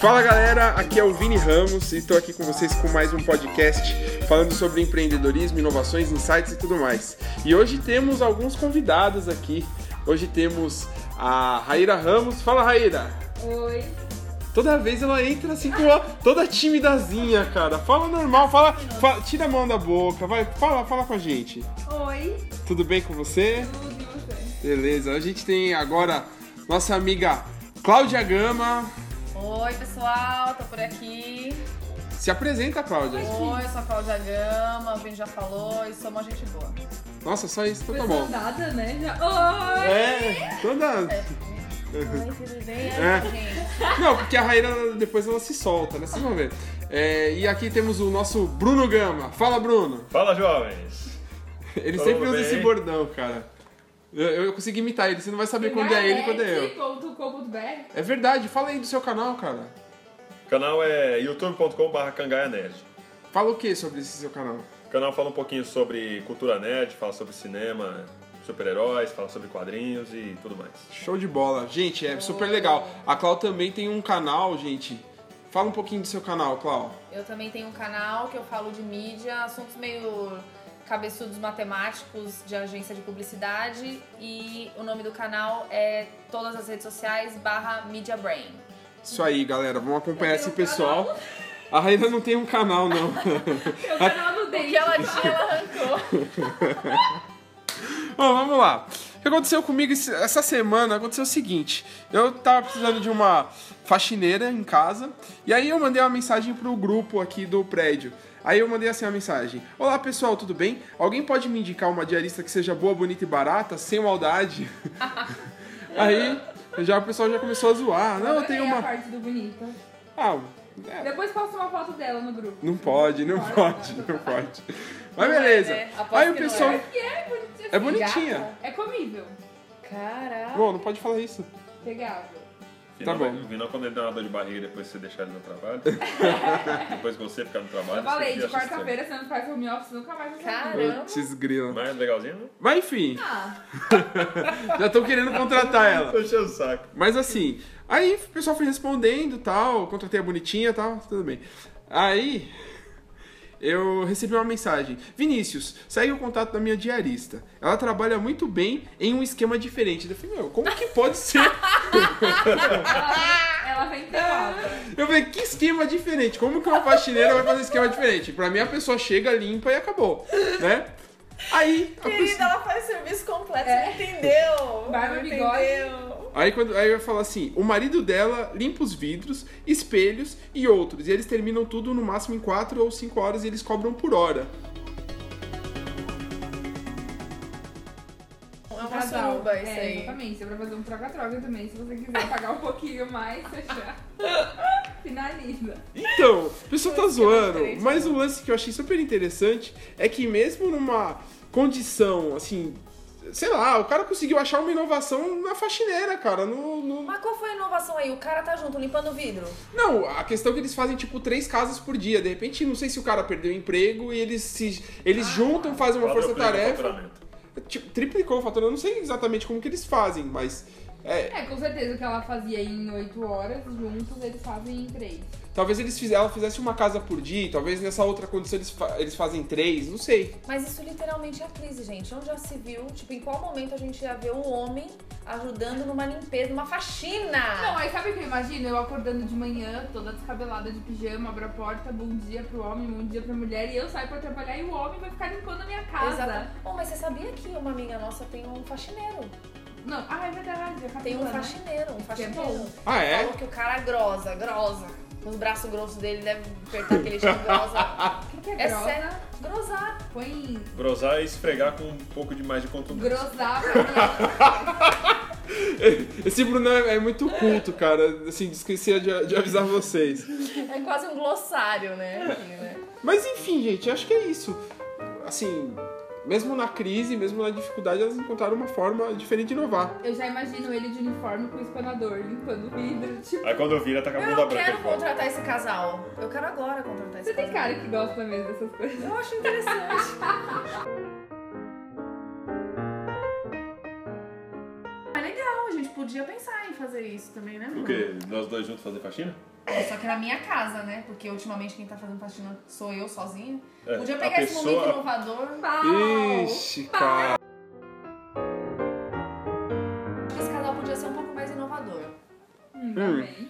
Fala galera, aqui é o Vini Ramos e estou aqui com vocês com mais um podcast falando sobre empreendedorismo, inovações, insights e tudo mais. E hoje temos alguns convidados aqui. Hoje temos a Raíra Ramos. Fala Raíra! Oi. Toda vez ela entra assim com ela, toda timidazinha, cara. Fala normal, fala, fa- tira a mão da boca, vai, fala, fala com a gente. Oi. Tudo bem com você? Tudo e você? Beleza, a gente tem agora nossa amiga Cláudia Gama. Oi, pessoal. Tô por aqui. Se apresenta, Cláudia. Oi, eu sou a Cláudia Gama. O Vini já falou e sou uma gente boa. Nossa, só isso, então tá bom. Nada, né? Já... Oi. É, toda. Tudo bem? É. Gente, Não, porque a Raíra depois ela se solta, né? Vocês vão ver. É, e aqui temos o nosso Bruno Gama. Fala, Bruno. Fala, jovens! Ele Tudo sempre usa bem? esse bordão, cara. Eu, eu consegui imitar ele, você não vai saber quando é ele e quando é eu. Cangaet.com.br É verdade, fala aí do seu canal, cara. O canal é youtube.com.br Cangaia Nerd. Fala o que sobre esse seu canal? O canal fala um pouquinho sobre cultura nerd, fala sobre cinema, super-heróis, fala sobre quadrinhos e tudo mais. Show de bola. Gente, é super legal. A Clau também tem um canal, gente. Fala um pouquinho do seu canal, Clau. eu também tenho um canal que eu falo de mídia, assuntos meio cabeçudos matemáticos de agência de publicidade e o nome do canal é todas as redes sociais barra Media Brain. Isso aí, galera. Vamos acompanhar Eu esse tenho um pessoal. A Raíra não tem um canal, não. Meu canal no O que dente. ela tinha, ela arrancou. Bom, vamos lá. O que aconteceu comigo esse- essa semana aconteceu o seguinte: eu tava precisando de uma faxineira em casa, e aí eu mandei uma mensagem pro grupo aqui do prédio. Aí eu mandei assim uma mensagem: Olá pessoal, tudo bem? Alguém pode me indicar uma diarista que seja boa, bonita e barata, sem maldade? aí já, o pessoal já começou a zoar. Não, eu tenho a uma. parte do bonita. Ah, é, Depois posto uma foto dela no grupo. não pode, não pode, não pode. Mas beleza. né? Aposto Aí o que não pessoal. é. Que é bonitinha. É bonitinha. É comível. Caraca. Bom, não pode falar isso. Pegável. Tá Vinão- bom. Vinão, quando ele dá uma dor de barriga depois de você deixar ele no trabalho, depois que você ficar no trabalho, Eu falei, você de fica assistindo. quarta-feira você não faz home office nunca mais. Cara. Caramba. Putz, grila. Mas legalzinho, né? Mas enfim, Ah, já estão querendo contratar Tá ela. Fechei o saco. Mas assim, aí o pessoal foi respondendo tal, contratei a bonitinha tal, tudo bem. Aí eu recebi uma mensagem. Vinícius, segue o contato da minha diarista. Ela trabalha muito bem em um esquema diferente. Eu falei, meu, como que pode ser? ela vem pelada. Eu falei, que esquema diferente? Como que uma faxineira vai fazer um esquema diferente? Pra mim a pessoa chega, limpa e acabou, né? Aí, a pessoa- Querida, ela faz serviço completo, É. você não entendeu? Barba, não bigode. entendeu? Aí quando aí eu falo assim, o marido dela limpa os vidros, espelhos e outros. E eles terminam tudo no máximo em 4 ou 5 horas e eles cobram por hora. É Um uma casal. suruba isso é, aí. Exatamente. Dá pra fazer um troca-troca também. Se você quiser pagar um pouquinho mais, fechar. Finaliza. Então, a pessoa tá zoando, diferente, mas o lance que eu achei super interessante é que mesmo numa condição assim, sei lá, o cara conseguiu achar uma inovação na faxineira, cara, no, no- Mas qual foi a inovação aí? O cara tá junto limpando o vidro. Não, a questão é que eles fazem tipo três casas por dia. De repente, não sei se o cara perdeu o emprego e eles se eles juntam, fazem uma Quadruplica o força-tarefa. faturamento. Tipo, triplicou o fator. Eu não sei exatamente como que eles fazem, mas é, É, com certeza o que ela fazia em 8 horas, juntos eles fazem em 3. talvez eles fiz- ela fizesse uma casa por dia, talvez nessa outra condição eles, fa- eles fazem três, não sei. Mas isso literalmente é crise, gente. Onde já se viu? Tipo, em qual momento a gente ia ver um homem ajudando numa limpeza, numa Não, é faxina? aí sabe o que eu imagino? Eu acordando de manhã, toda descabelada de pijama, abro a porta, bom dia pro homem, bom dia pra mulher, e eu saio pra trabalhar e o homem vai ficar limpando a minha casa. Exato. Bom, mas você sabia que uma amiga nossa tem um faxineiro? Não, ah, é verdade, é Tem um capela, né? faxineiro, um faxineiro. bom. Ah, é? Falou que o cara é grosa, grosa. Os braços grossos dele devem apertar aquele chão grosa. O que, que é, É grossa? sério, grosar. Põe Brosar e esfregar com um pouco de mais de contundência. grosar pra mim. Esse Bruno é é muito culto, cara. Assim, esquecia de, de avisar vocês. É quase um glossário, né? Aqui, né? Mas enfim, gente, acho que é isso. Assim, mesmo na crise, mesmo na dificuldade, elas encontraram uma forma diferente de inovar. Eu já imagino ele de uniforme com espanador, limpando o vidro. Tipo, Aí quando vira, tá com a Eu bunda não branca. quero de fora. contratar esse casal. Eu quero agora contratar esse você tem casal. cara que gosta mesmo dessas coisas. Eu acho interessante. Não, a gente podia pensar em fazer isso também, né? O quê? Nós dois juntos fazer faxina? Só que na minha casa, né? Porque ultimamente quem tá fazendo faxina sou eu sozinha. É, Podia a pegar esse pessoa- momento inovador. Pau! Ixi, cara. Acho que esse casal podia ser um pouco mais inovador. Hum, tá Hum. bem.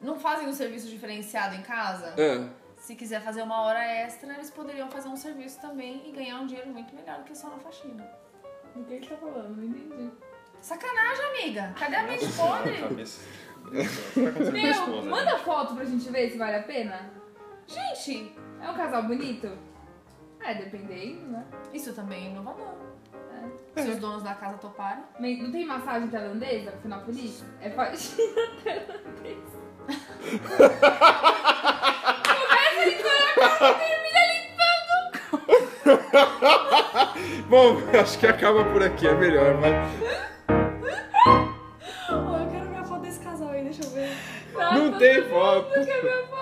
Não fazem um serviço diferenciado em casa? É. Se quiser fazer uma hora extra, eles poderiam fazer um serviço também e ganhar um dinheiro muito melhor do que só na faxina. Do que ele tá falando? Não entendi. Sacanagem, amiga! Cadê a mente Nossa, podre? a cabeça- O que tá acontecendo com a Meu, esposa, né? manda foto pra gente ver se vale a pena. Gente, É um casal bonito? É, dependendo, né? isso também é inovador. né? É. Se os donos da casa toparem. Mas Não tem massagem tailandesa no final feliz? É faxina tailandesa. Começa limpando a casa e termina limpando. Bom, acho que acaba por aqui, é melhor, vai. Oh, eu quero ver a foto desse casal aí, deixa eu ver. Nossa, Não tem todo foto. mundo quer ver a